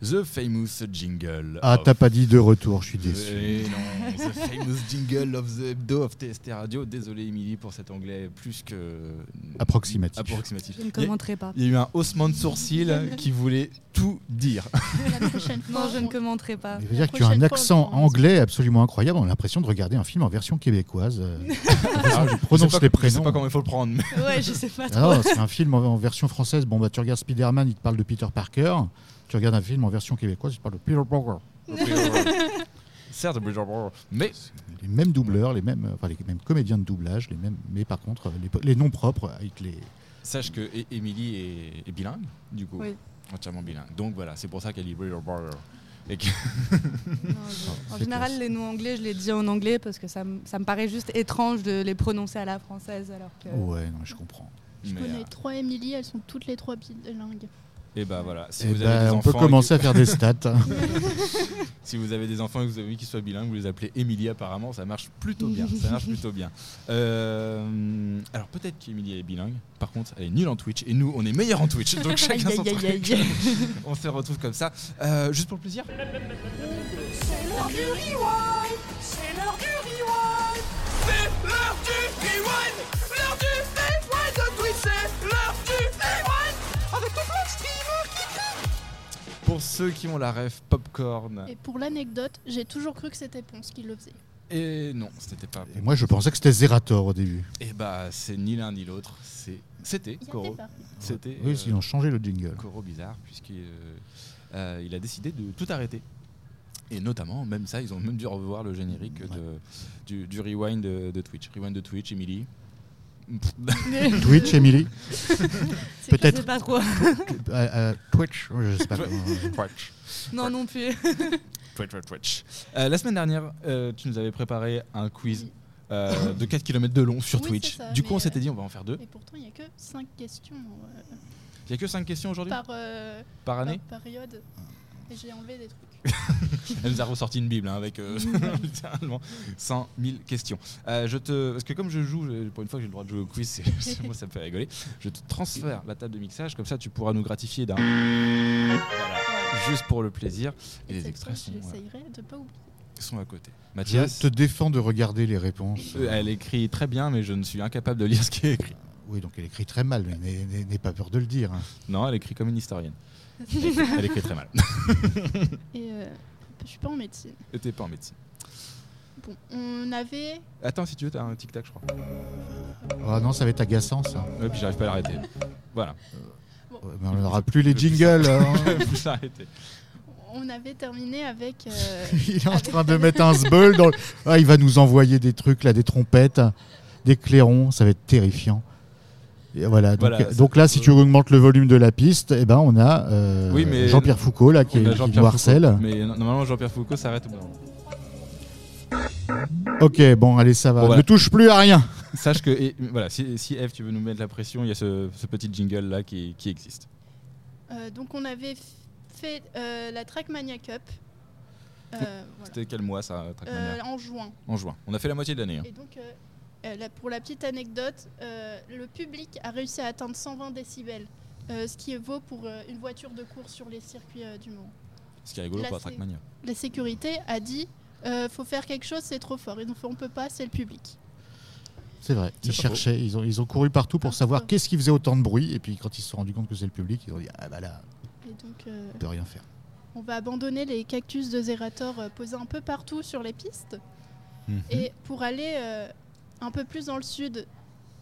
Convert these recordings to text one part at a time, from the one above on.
The Famous Jingle. Ah, of- t'as pas dit de retour, je suis déçu. Eh non, The Famous Jingle of the Hebdo of TST Radio. Désolé, Émilie, pour cet anglais plus que. Approximatif. approximatif. Je ne Il y a- commenterai pas. il y a eu un haussement de sourcil qui voulait tout dire. Ah, La prochaine fois, Non, je ne on- commenterai pas. Mais ça veut dire que tu as prochaine un fois, accent on prend- anglais absolument incroyable. On a l'impression de regarder un film en version québécoise. euh, la façon dont sais je prononce pas- les Je sais prénoms. pas comment il faut le prendre. mais- Ouais, je sais pas Ah trop. non, c'est un film en, en version française. Bon, bah, tu regardes Spider-Man, il te parle de Peter Parker. Tu regardes un film en version québécoise, il te parle de Peter Parker. Certes, Bridgewater, mais Les mêmes doubleurs, les mêmes, enfin, les mêmes comédiens de doublage, les mêmes, mais par contre, les, po- les noms propres euh, avec les. sache que É- Émilie est, est bilingue, du coup. Oui. Entièrement bilingue. Donc voilà, c'est pour ça qu'elle dit Bridgewater. Et que- Non, je- En c'est général, classe. les noms anglais, je les dis en anglais parce que ça, me- ça me paraît juste étrange de les prononcer à la française alors que. Ouais, non, je comprends. Je mais, euh, connais trois Émilie, elles sont toutes les trois bilingues. et bah voilà, si Eh vous ben, avez des on enfants, peut et que- commencer à faire des stats. hein. si vous avez des enfants et que vous avez envie qu'ils soient bilingues, vous les appelez Émilie apparemment, ça marche plutôt bien. ça marche plutôt bien. Euh, alors peut-être qu'Émilie est bilingue. Par contre, elle est nulle en Twitch et nous, on est meilleurs en Twitch. Donc chacun son truc. On se retrouve comme ça, Euh, juste pour le plaisir. C'est l'heure du rewind C'est l'heure du rewind C'est l'heure du rewind L'heure du rewind de Twitch C'est l'heure du rewind Avec les plein de streamers qui Pour ceux qui ont la rêve popcorn. Et pour l'anecdote, j'ai toujours cru que c'était Ponce qui le faisait. Et non, c'était pas. Et moi, je pensais que c'était Zerator au début. Et bah, c'est ni l'un ni l'autre. C'est, c'était Il y avait Coro. pas. C'était Oui, euh, ils ont changé le jingle. Coro bizarre puisqu'il euh, euh, il a décidé de tout arrêter. Et notamment, même ça, ils ont même dû revoir le générique Ouais. de- du, du rewind de, de Twitch. Rewind de Twitch, Emily. Twitch, Emily C'est Je Peut-être sais pas trop. euh, euh, Twitch Je sais pas. comment- Twitch. Non, non plus. Twitch, Twitch, Twitch. Euh, la semaine dernière, euh, tu nous avais préparé un quiz euh, de 4 km de long sur Oui, Twitch. c'est ça, du mais, coup, on euh, s'était dit, on va en faire deux. Et pourtant, il n'y a que 5 questions euh, Il n'y a que 5 questions aujourd'hui par, euh, par par année période. Et j'ai enlevé des trucs. Elle nous a ressorti une Bible hein, avec euh, littéralement 100 000 questions. Euh, je te, parce que comme je joue, je- pour une fois que j'ai le droit de jouer au quiz, c'est- c'est- moi ça me fait rigoler. Je te transfère la table de mixage, comme ça tu pourras nous gratifier d'un. Voilà, juste pour le plaisir. Et les Cette extraits fois, sont, euh, J'essayerai de pas oublier. sont à côté. Je Mathias, te défends de regarder les réponses. euh, elle écrit très bien, mais je ne suis incapable de lire ce qui est écrit. Oui, donc elle écrit très mal, mais n'aie- n'aie n'aie pas peur de le dire. hein. Non, elle écrit comme une historienne. elle écrit très mal. Et euh, je suis pas en médecine. Et t'es pas en médecine. Bon, on avait. Attends, si tu veux, t'as un tic-tac, je crois. Ah non, ça va être agaçant, ça. Ouais, puis j'arrive pas à l'arrêter. Voilà, Ouais, mais on n'aura plus les jingles. hein. je plus l'arrêter. On avait terminé avec. euh, Il est en train de mettre un sbeul dans le- Ah, il va nous envoyer des trucs, là, des trompettes, des clairons. Ça va être terrifiant. Et voilà. Donc, Voilà, ça- donc là, si tu augmentes le volume de la piste, eh ben, on a euh, Oui, mais- Jean-Pierre Foucault, là, qui, On a est- qui Jean-Pierre nous harcèle. Foucault. Mais non- normalement, Jean-Pierre Foucault s'arrête au bout d'un moment. Ok, bon, allez, ça va. Bon, voilà. Ne touche plus à rien. Sache que, et, voilà, si, si Eve, tu veux nous mettre la pression, il y a ce, ce petit jingle là qui, qui existe. euh, donc, on avait f- fait euh, la Trackmania Cup. Euh, voilà. C'était quel mois ça, Trackmania Euh, en juin. En juin. On a fait la moitié de l'année. hein. Et donc, euh, euh, la- pour la petite anecdote, euh, le public a réussi à atteindre 120 décibels, euh, ce qui vaut pour euh, une voiture de course sur les circuits euh, du Mans. Ce qui est rigolo pour classé. Trackmania. La sécurité a dit euh, faut faire quelque chose, c'est trop fort. Ils ont fait on peut pas, c'est le public. C'est vrai. C'est Ils pas faux. cherchaient, ils ont, ils ont couru partout pour Ah, savoir c'est ça. qu'est-ce qui faisait autant de bruit. Et puis, quand ils se sont rendus compte que c'est le public, ils ont dit Ah, bah là, Et donc, euh, on peut rien faire. on va abandonner les cactus de Zerator euh, posés un peu partout sur les pistes. Hmm. Mhm. Et pour aller euh, un peu plus dans le sud,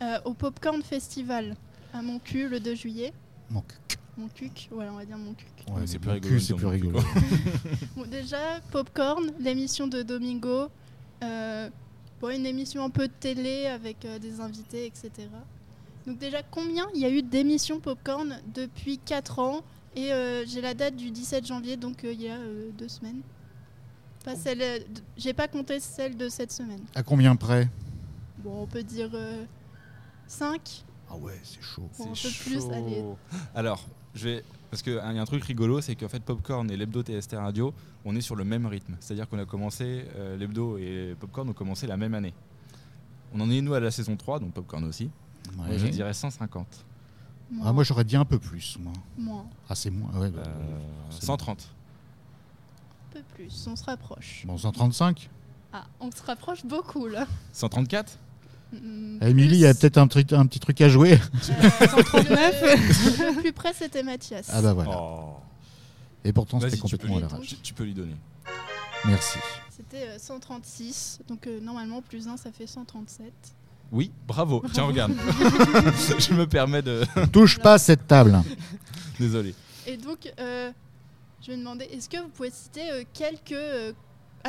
euh, au Popcorn Festival à Moncu le 2 juillet. Mon cuc. Moncuc, ouais, on va dire Moncuc. Ouais, Ouais, mais c'est plus mon rigolo cul, de c'est dire plus mon cul, rigolo. Bon, déjà, Popcorn, l'émission de Domingo, euh, bon, une émission un peu de télé avec euh, des invités, etc. Donc déjà, combien il y a eu d'émissions Popcorn depuis 4 ans Et euh, j'ai la date du 17 janvier, donc euh, il y a euh, deux semaines. Pas Oh. celle, euh, d- j'ai pas compté celle de cette semaine. À combien près Bon, on peut dire euh, 5 Ah, ouais, c'est chaud. Bon, un peu C'est plus, allez. Alors, je vais. Parce qu'il y a un truc rigolo, c'est qu'en fait, Popcorn et l'hebdo TST Radio, on est sur le même rythme. C'est-à-dire qu'on a commencé, euh, l'hebdo et Popcorn ont commencé la même année. On en est, nous, à la saison 3, donc Popcorn aussi. Ouais. Je dirais 150. moins, Ah, moi, j'aurais dit un peu plus. Moi. moins. Ah, c'est moins. ouais, bah, Euh, c'est 130. peu plus, on se rapproche. Bon, 135. Ah, on se rapproche beaucoup là. 134 Hmm, Ah, Eh, Émilie, il y a peut-être un, tri- un petit truc à jouer. Le, le plus près, c'était Mathias. Ah bah voilà. Oh. Et pourtant, Vas-y, c'était tu, peux complètement à lui- l'arrache. tu- tu peux lui donner. Merci. C'était euh, 136, donc euh, normalement plus 1 ça fait 137. Oui, bravo. Tiens, regarde. Je me permets de. Touche pas à cette table. Désolé. Et donc, euh, je vais demander, est-ce que vous pouvez citer euh, quelques... euh,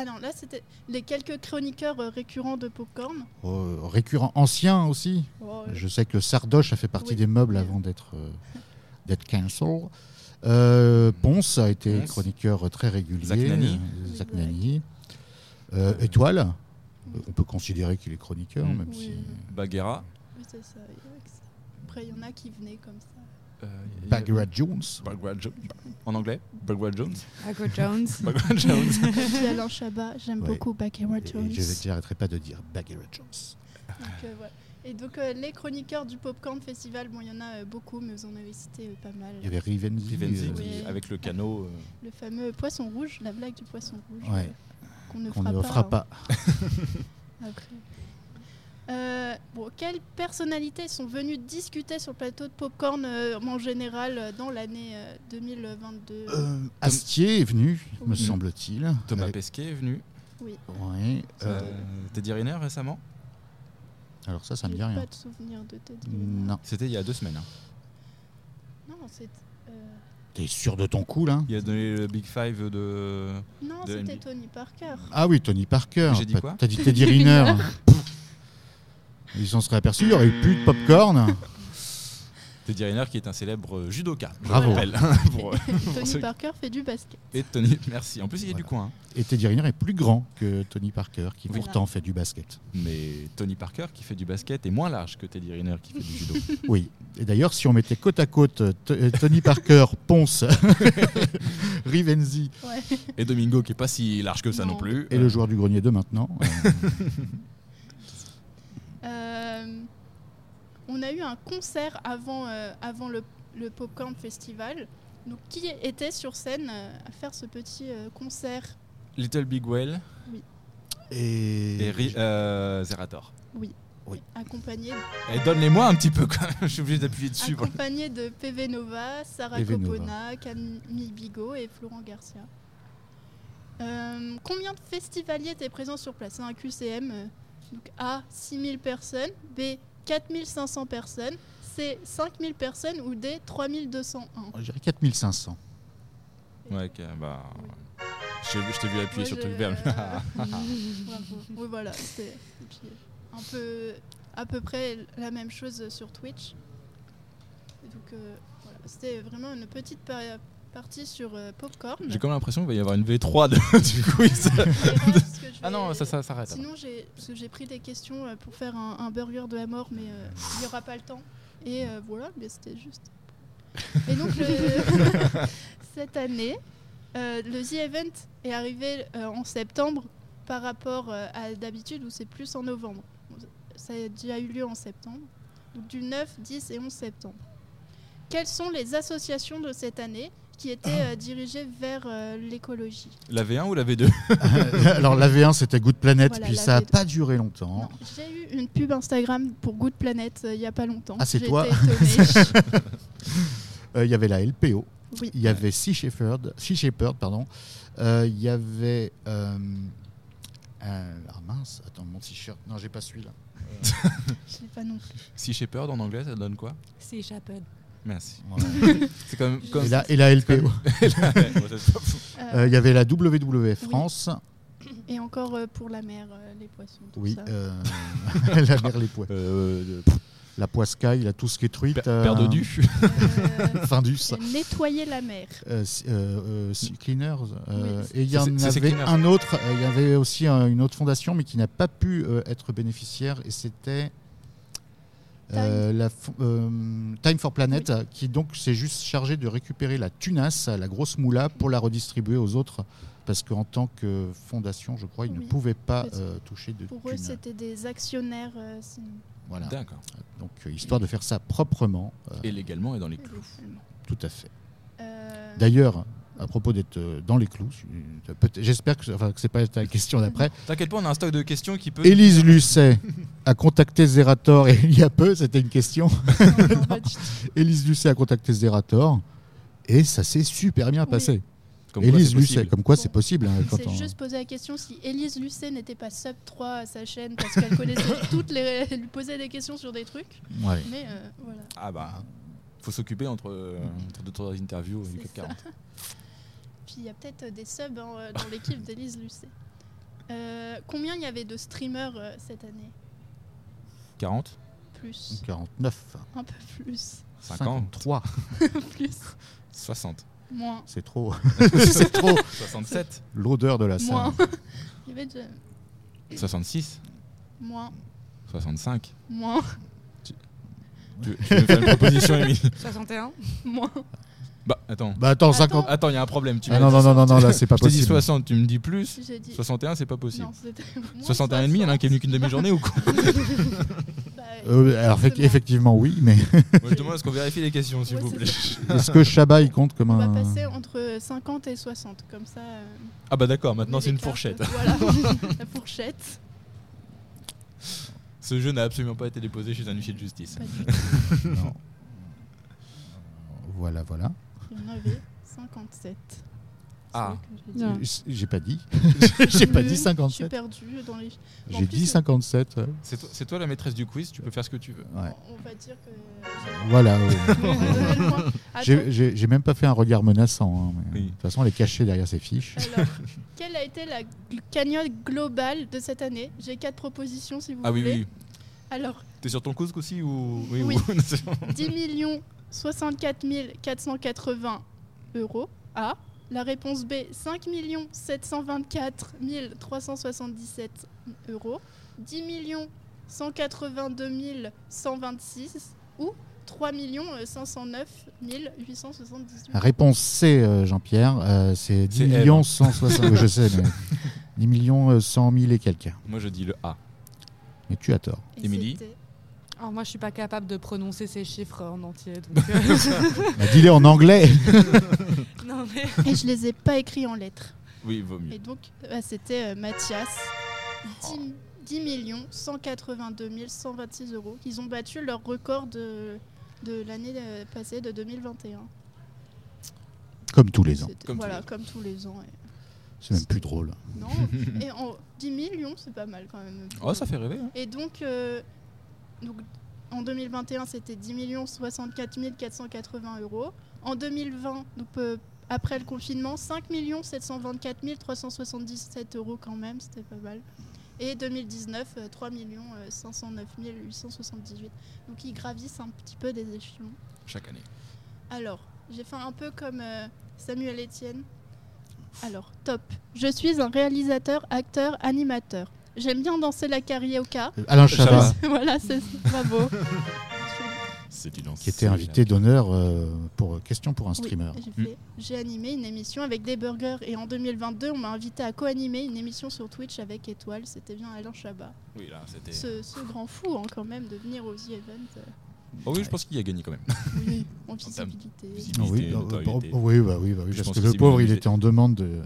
ah non, là c'était les quelques chroniqueurs euh, récurrents de Popcorn. Euh, récurrent ancien aussi. Oh, euh, Je sais que Sardoche a fait partie Oui. des meubles avant d'être euh, d'être cancel. Euh, Ponce a été Ponce. chroniqueur très régulier. Zach Nani. Euh, Zach Nani. Euh, Étoile. Euh, On peut considérer qu'il est chroniqueur, Mm. même Oui. si. euh, Baguera. oui, c'est ça. il y avait que ça. Après, il y en a qui venaient comme ça. euh, il y a- Bagheera Jones. Bagheera Jones. En anglais Bagheera Jones. Paco Jones. Bagheera Jones. Et puis Alain Chabat, j'aime Ouais. beaucoup Bakaywa Et- et Jones. je n'arrêterai pas de dire Bagheera Jones. Donc, euh, voilà. Et donc, euh, les chroniqueurs du Popcorn Festival, bon, il y en a euh, beaucoup, mais vous en avez cité euh, pas mal. Il y avait Rivenzi. Rivenzi euh, qui, avec le canot. euh, Le fameux poisson rouge, la blague du poisson rouge. Ouais. euh, Qu'on ne qu'on fera ne pas. fera pas. hein, après. Euh, bon, quelles personnalités sont venues discuter sur le plateau de Popcorn euh, en général euh, dans l'année euh, 2022 Euh, Astier est venu, me Oui. semble-t-il. Thomas Avec- Pesquet est venu. Ouais, euh, Euh, Teddy Riner récemment alors ça, ça me J'ai dit rien. Hmm. pas de souvenir de Teddy. Non. C'était il y a deux semaines. hein. Non, c'est. euh, T'es sûr de ton coup, là Il a donné le Big Five de. Non, De c'était NBA. Tony Parker. Ah oui, Tony Parker. J'ai dit Pas- quoi T'as dit Teddy Riner. Ils s'en seraient aperçus, il n'y aurait eu plus de popcorn. Teddy Riner qui est un célèbre euh, judoka. je Bravo. rappelle, pour- euh, ceux- Tony Parker fait du basket. et Tony, merci. En plus, il est Voilà. du coin. hein. Et Teddy Riner est plus grand que Tony Parker, qui Voilà. pourtant fait du basket. Mais Tony Parker qui fait du basket est moins large que Teddy Riner qui fait du judo. Oui. Et d'ailleurs, si on mettait côte à côte euh, T- euh, Tony Parker, Ponce, Rivenzi Ouais. Et Domingo qui est pas si large que ça non, Non. plus. Euh, et le joueur du grenier 2 maintenant, euh, Euh, on a eu un concert avant, euh, avant le, le Popcorn Festival. Donc, qui était sur scène euh, à faire ce petit euh, concert Little Big Well et, et Ri- euh, Zerator. Oui. accompagné, Et donne-les-moi un petit peu quand même. Je suis obligé Ah, d'appuyer dessus. pour- accompagné de PV Nova, Sarah PV Nova. Copona, Camille Bigot et Florent Garcia. Euh, combien de festivaliers étaient présents sur place Un QCM, euh, donc A, 6000 personnes, B, 4500 personnes, C, 5000 personnes ou D, 3201 je dirais 4500. Ouais, ok, bah. Je je t'ai vu appuyer Moi, sur le je- truc vert. Bravo. Oui, voilà, c'était et puis, un peu, à peu près la même chose sur Twitch. Et Donc, euh, voilà, c'était vraiment une petite par- partie sur euh, Popcorn. J'ai comme l'impression qu'il va y avoir une V3 de- du quiz. Et là, parce que je Ah non, vais- ça, ça s'arrête. Sinon, j'ai parce que j'ai pris des questions euh, pour faire un, un burger de la mort, mais euh, il n'y aura pas le temps. Et euh, voilà, mais c'était juste. Et donc, le- cette année, euh, le The Event est arrivé euh, en septembre par rapport euh, à d'habitude où c'est plus en novembre. Bon, Ça a déjà eu lieu en septembre. Donc, du 9, 10 et 11 septembre. Quelles sont les associations de cette année qui étaient euh, dirigées vers euh, l'écologie La V1 ou la V2 alors la V1, c'était Good Planet, Voilà, puis la ça n'a V2. pas duré longtemps. Non, J'ai eu une pub Instagram pour Good Planet euh, il y a pas longtemps. Ah, c'est J'ai toi été étonnée. Euh, Il y avait la LPO. Oui. Il y avait Sea Shepherd. Sea Shepherd pardon. Euh, il y avait. euh, euh, ah mince, attends, mon t-shirt. Non, j'ai pas celui-là. Je l'ai pas non plus. Si Shepherd en anglais, ça donne quoi Si, Chapin. Merci. Voilà. C'est quand même. Comme... et, la, et la LPO. Euh, Euh, il y avait la WWF France. Et encore euh, pour la mer, euh, les poissons, tout Oui, ça. euh, la mer, les pois. Euh, La poiscaille, la tout ce qui est truite. per- euh, Père Dodu. Euh, Findus. et nettoyer la mer. euh, si- euh, euh, Sea Cleaners. euh, Oui. et il y Ça, en c'est- ça, c'est avait Cleaners. un autre, euh, il y avait aussi euh, une autre fondation, mais qui n'a pas pu euh, être bénéficiaire, et c'était euh, la fo- euh, Time for Planet, euh, qui donc s'est juste chargée de récupérer la tunasse, la grosse moula, pour la redistribuer aux autres, parce qu'en tant que fondation, je crois, ils ne Oui. pouvaient pas C'est ça. euh, toucher de Pour eux, thunes. c'était des actionnaires. euh, c'est- Voilà. D'accord. Donc euh, histoire de faire ça proprement, euh, Et légalement et dans les Euh, clous. tout à fait. euh, D'ailleurs, à propos d'être euh, dans les clous. Peut- J'espère que, enfin, que c'est pas ta question d'après. T'inquiète pas, on a un stock de questions qui peut. Élise Lucet a contacté Zerator et il y a peu, c'était une question. Non, pas du tout. Élise Lucet a contacté Zerator et ça s'est super bien Oui. passé. Comme quoi, Élise c'est possible. Lucet, comme quoi c'est possible. hein, quand C'est on- juste poser la question si Élise Lucet n'était pas sub 3 à sa chaîne parce qu'elle connaissait toutes les. Elle lui posait des questions sur des trucs. Ouais. Mais euh, voilà. Ah bah, faut s'occuper entre, euh, entre deux trois interviews du C'est CAC ça. 40. Puis il y a peut-être euh, des subs hein, euh, dans l'équipe d'Élise Lucet. Euh, combien il y avait de streamers euh, cette année 40 Plus. 49, Un peu plus. 50 53, plus. 60 Moins. c'est trop. c'est trop. 67 L'odeur de Ah, la salle. Moins. Il y avait déjà- 66 Moins. 65 Moins. Tu, tu veux me faire une proposition, Émilie 61 Moins. Bah, attends. Bah attends, Attends. 50. Attends, il y a un problème. Tu Ah m'as non, dit non, non, non, non, là, c'est pas Je t'ai dit possible. 60, tu me dis plus. J'ai dit. 61, c'est pas possible. Non, c'était. 61 et demi, il y en a un qui est venu qu'une demi-journée ou quoi Bah, Euh, alors, fait- effectivement, oui, mais Moi, je demande à ce qu'on vérifie les questions, s'il Ouais, vous c'est plaît. est-ce que Chabat, il compte comme On va un. passer entre 50 et 60, comme ça. euh, Ah bah d'accord, maintenant on c'est une écarte. fourchette. Voilà, la fourchette. Ce jeu n'a absolument pas été déposé chez un huissier de justice. Pas du tout. Non. Voilà, voilà. Il y en avait 57. C'est Ah. vrai que j'ai dit. Non. J'ai pas dit. J'ai pas dit Je suis 57. perdue dans les. En J'ai plus, euh, dit euh, c'est- 57. ouais. C'est toi, c'est toi la maîtresse du quiz, tu peux faire ce que tu veux. Ouais. On va dire que. Voilà. ouais. Attends, J'ai- J'ai j'ai même pas fait un regard menaçant. hein, mais Oui. De toute façon, elle est cachée derrière ses fiches. alors, quelle a été la gl- cagnotte globale de cette année J'ai quatre propositions si vous Ah oui, voulez. oui. Alors, T'es sur ton quiz aussi ou... Oui. ou- non, c'est bon. 10 millions 64 480 euros. A. La réponse B, 5 724 377 euros. 10 millions 182 126 ou 3 509 878. Ah, La réponse C, euh, Jean-Pierre, euh, c'est 10 C'est elle. millions 160. oui, je sais, mais 10 millions euh, 100 000 et quelqu'un. Moi je dis le A. Mais tu as tort. Et Émilie c'était- Alors moi, je suis pas capable de prononcer ces chiffres en entier. donc, euh, Bah, Dis-le en anglais. non mais Euh, Et je les ai pas écrits en lettres. Oui, vaut Mm. mieux. Et donc, bah, c'était euh, Mathias, Oh. 10, 10 millions 182 126 euros. Ils ont battu leur record de, de l'année euh, passée de 2021. Comme tous les ans. C'était- Comme tous les voilà, ans. comme tous les ans. et- C'est même plus drôle. Non, et en 10 millions, c'est pas mal quand même. Oh, ça fait rêver. hein. Et donc, euh, donc en 2021, c'était 10 millions 64 480 euros. En 2020, donc, euh, après le confinement, 5 millions 724 377 euros quand même, c'était pas mal. Et 2019, euh, 3 millions euh, 509 878. Donc ils gravissent un petit peu des échelons. Chaque année. Alors, j'ai fait un peu comme euh, Samuel Etienne. Alors, top. Je suis un réalisateur, acteur, animateur. J'aime bien danser la carioca. Euh, Alain Chabat, Chabat. voilà, c'est bravo. C'est du danse. qui était invité d'honneur euh, pour question pour un Oui, streamer. j'ai fait- J'ai animé une émission avec des burgers et en 2022, on m'a invité à co-animer une émission sur Twitch avec Étoile. C'était bien Alain Chabat. Oui, là, c'était. Ce, ce grand fou, hein, quand même, de venir aux The Event. euh, Oh oui, je pense qu'il y a gagné quand même. oui, en termes de visibilité. visibilité, oui, bah, notoriété. bah, oui, bah, oui, bah, oui, Je parce pense que que le c'est pauvre, il minimisé. était en demande de.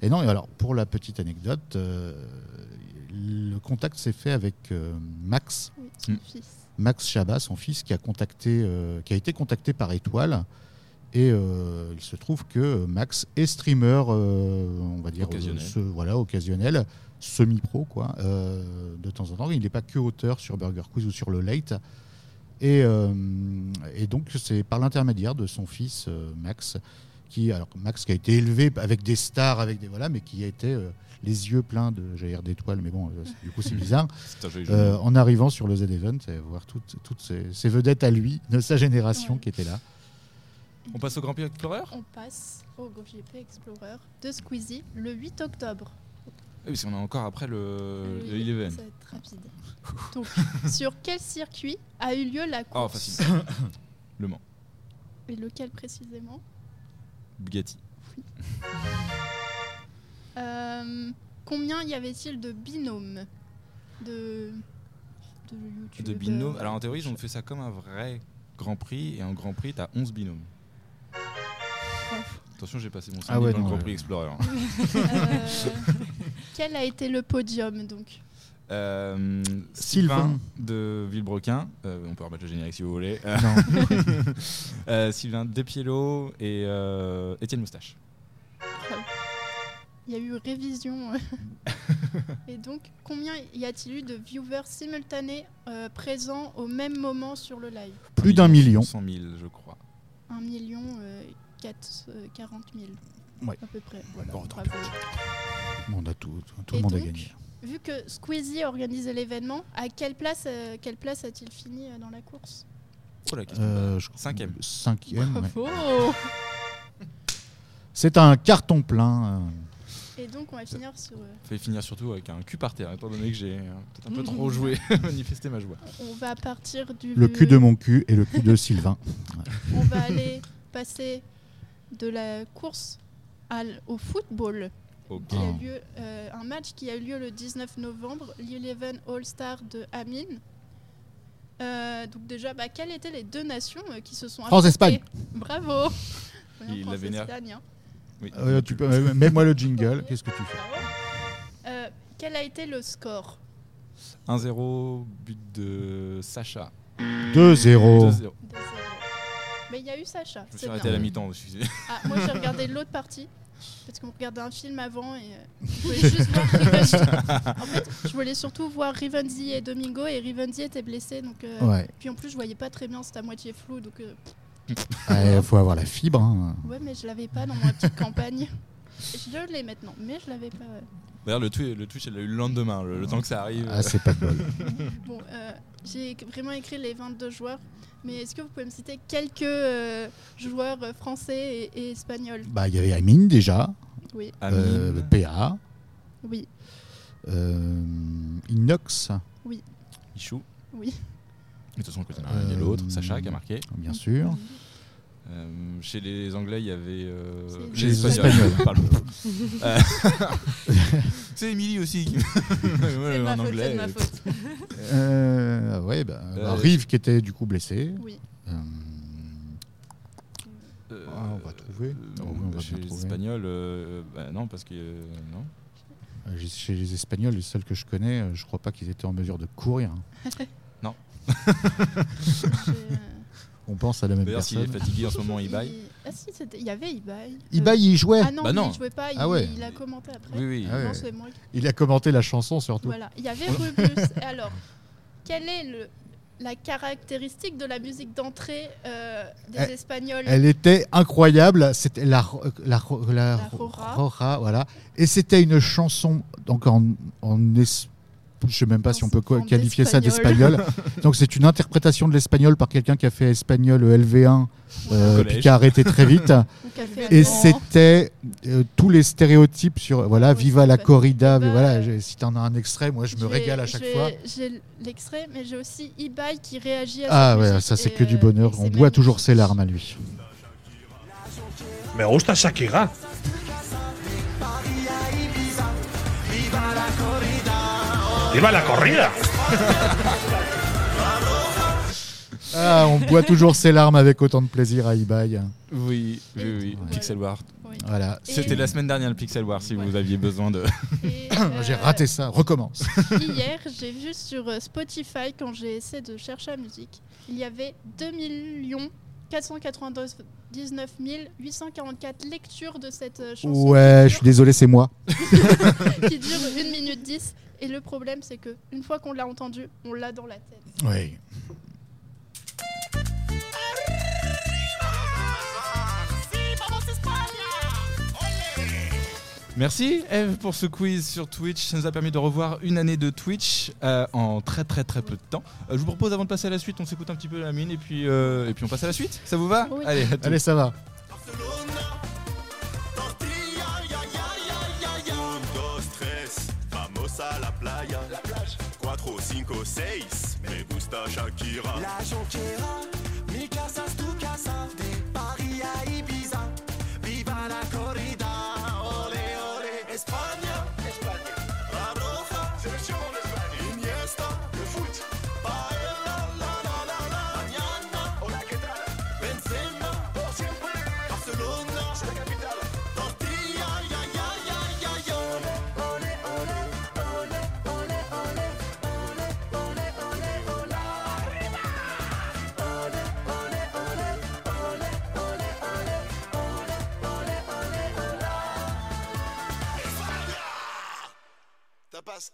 Et non, et alors pour la petite anecdote, euh, le contact s'est fait avec euh, Max, Oui, son Mm. fils. Max Chabat, son fils, qui a contacté, euh, qui a été contacté par Étoile. Et euh, il se trouve que Max est streamer, euh, on va dire Occasionnel. euh, ce- voilà, occasionnel, semi-pro quoi. euh, de temps en temps, il n'est pas que auteur sur Burger Quiz ou sur le Late. Et, euh, et donc c'est par l'intermédiaire de son fils euh, Max, qui alors Max qui a été élevé avec des stars, avec des voilà, mais qui a été euh, les yeux pleins de GR d'étoiles, mais bon, euh, c'est- du coup c'est bizarre. C'est un joli jeu. Euh, en arrivant sur le Z-Event et voir toutes, toutes ces, ces vedettes à lui, de sa génération Ouais. qui étaient là. On passe au Grand Prix Explorer On passe au GP Explorer de Squeezie le 8 octobre. Oui, parce qu'on est encore après le, Oui, Euh, le 11. Ça va être rapide. Donc, sur quel circuit a eu lieu la Oh, course facile. le Mans. Et lequel précisément Bugatti. Euh, Combien y avait-il de binômes de de YouTube euh, De binômes. Alors en théorie, ils ont fait ça comme un vrai Grand Prix. Et en Grand Prix, t'as 11 binômes. Attention, j'ai passé mon 5 Ah ouais, dans le non, Grand ouais. Prix hein. Explorer. Euh, quel a été le podium donc Euh, Sylvain Sylvain. de Villebrequin, Euh, on peut remettre le générique si vous voulez. Non. Euh, Sylvain Depiello et euh, Étienne Moustache. Il y a eu révision. euh. Et donc, combien y a-t-il eu de viewers simultanés euh, présents au même moment sur le live Plus d'un million. 100 000, je crois. 1 million euh, quatre- euh, 40 000 Ouais. à peu près. Voilà. Bravo. Bon, on a tout, tout, tout Et le monde a donc, gagné. Vu que Squeezie organisait l'événement, à quelle place, euh, quelle place a-t-il fini euh, dans la course Oh la question. Euh, je- Cinquième. Cinquième, ouais. Bravo C'est un carton plein. euh. Et donc, on va finir sur. euh, Fait finir surtout avec un cul par terre, étant donné que j'ai euh, peut-être un peu trop joué, manifesté ma joie. on va partir du. Le cul de mon cul et le cul de Sylvain. On va aller passer de la course à l- au football. Ok. Il y a Oh. lieu, euh, un match qui a eu lieu le 19 novembre, l'Eleven All-Star de Amin. Euh, donc déjà, bah, quelles étaient les deux nations euh, qui se sont France-Espagne. affrontées Bravo Il la vénère. France-Espagne, hein. Oui. Euh, tu peux- euh, Mets-moi le jingle. Qu'est-ce que tu fais Euh, Quel a été le score 1-0, but de Sacha. 2-0. 2-0. de zéro Mais il y a eu Sacha. Je me c'est suis bien. arrêté à la mi-temps aussi. Ah, moi j'ai regardé l'autre partie parce qu'on regardait un film avant et euh, je voulais juste voir Rivenzi. En fait, je voulais surtout voir Rivenzi et Domingo et Rivenzi était blessé donc euh, Ouais. puis en plus je voyais pas très bien, c'était à moitié flou donc euh, Il Eh, faut avoir la fibre. hein. ouais mais je l'avais pas dans ma petite campagne. Je l'ai maintenant, mais je l'avais pas. ouais. D'ailleurs, le, twi- le Twitch, elle l'a eu le lendemain, le, le temps que ça arrive. Ah, c'est pas de bol. Bon, euh, j'ai vraiment écrit les 22 joueurs, mais est-ce que vous pouvez me citer quelques euh, joueurs euh, français et, et espagnols Bah, Il y avait Amine déjà, Oui, Amine, euh, PA, oui, euh, Inox, Michou. oui. Mais De toute façon, à côté, il y a Euh, l'autre, Sacha qui a marqué. bien sûr. Euh, chez les Anglais, il y avait. euh, C'est- chez Les Espagnols. pardon. Euh, c'est Émilie aussi qui. C'est Ouais, de ma en faute, c'est anglais. de ma faute. Euh, ouais, bah, Euh, Rive qui était du coup blessé. Oui. Euh, euh, Ah, on va trouver. euh, Ah oui, on va chez bien les trouver. Espagnols, euh, bah non, parce que. euh, non. Euh, j'ai- Chez les Espagnols, les seuls que je connais, euh, je crois pas qu'ils étaient en mesure de courir. hein. j'ai, euh, On pense à la même D'ailleurs, s'il est personne. fatigué en ce moment, il baille. Il- Ah si, c'était- il y avait Ibai. Euh, Ibai, il jouait. Ah non, Bah lui, non. il jouait pas, il, Ah ouais. il a commenté après. Oui, oui. Ah ouais. Non, c'est moi qui- Il a commenté la chanson surtout. Voilà, il y avait Rubus. Et alors, quelle est le, la caractéristique de la musique d'entrée euh, des Elle- Espagnols Elle était incroyable. C'était la, ro- la, ro- la La ro- Rora. Rora, voilà. Et c'était une chanson donc en, en es- je sais même pas En si on peut sous forme quoi- qualifier ça d'espagnol. donc c'est une interprétation de l'espagnol par quelqu'un qui a fait espagnol LV1 euh, Collège. puis qui a arrêté très vite. Ou qu'a fait Et Alain. c'était euh, tous les stéréotypes sur voilà, Ouais, viva la bah, corrida. mais bah, voilà, euh, j'ai- si t'en as un extrait, moi je me J'ai- régale à chaque j'ai- fois. J'ai l'extrait, mais j'ai aussi Ibai qui réagit à Ah cette ouais, musique ça c'est et, que du euh, bonheur. et On c'est boit toujours magnifique. ses larmes à lui. Me gusta Shakira. ¡Viva la corrida! Ah, on boit toujours ses larmes avec autant de plaisir à Ibai. Oui, oui, oui. Ouais. Pixel War. Oui. Voilà. Et- C'était la semaine dernière le Pixel War, si Ouais. vous aviez besoin de. Et, J'ai euh, raté ça, recommence. Hier, j'ai vu sur euh, Spotify, quand j'ai essayé de chercher la musique, il y avait 2 499 844 lectures de cette euh, chanson Ouais, je suis désolé, c'est moi. qui dure 1 minute 10. Et le problème, c'est que une fois qu'on l'a entendue, on l'a dans la tête. Oui. Merci Eve pour ce quiz sur Twitch. Ça nous a permis de revoir une année de Twitch euh, en très très très peu de temps. Euh, je vous propose avant de passer à la suite, on s'écoute un petit peu la mine et puis, euh, et puis on passe à la suite. Ça vous va Oui. Allez, à tout. Allez, ça va. Un, dos, tres, vamos a la playa. La playa. Cuatro, cinco, seis, me gusta Shakira. La Jonquera, mi casa es tu casa, de París a Ibiza, viva la corrida, ole ole. España, España, la roja, selección España. Iniesta, el foot, paella, la la la la. Mañana, hola, ¿qué tal? Benzema, por siempre. Barcelona, es la capital. passe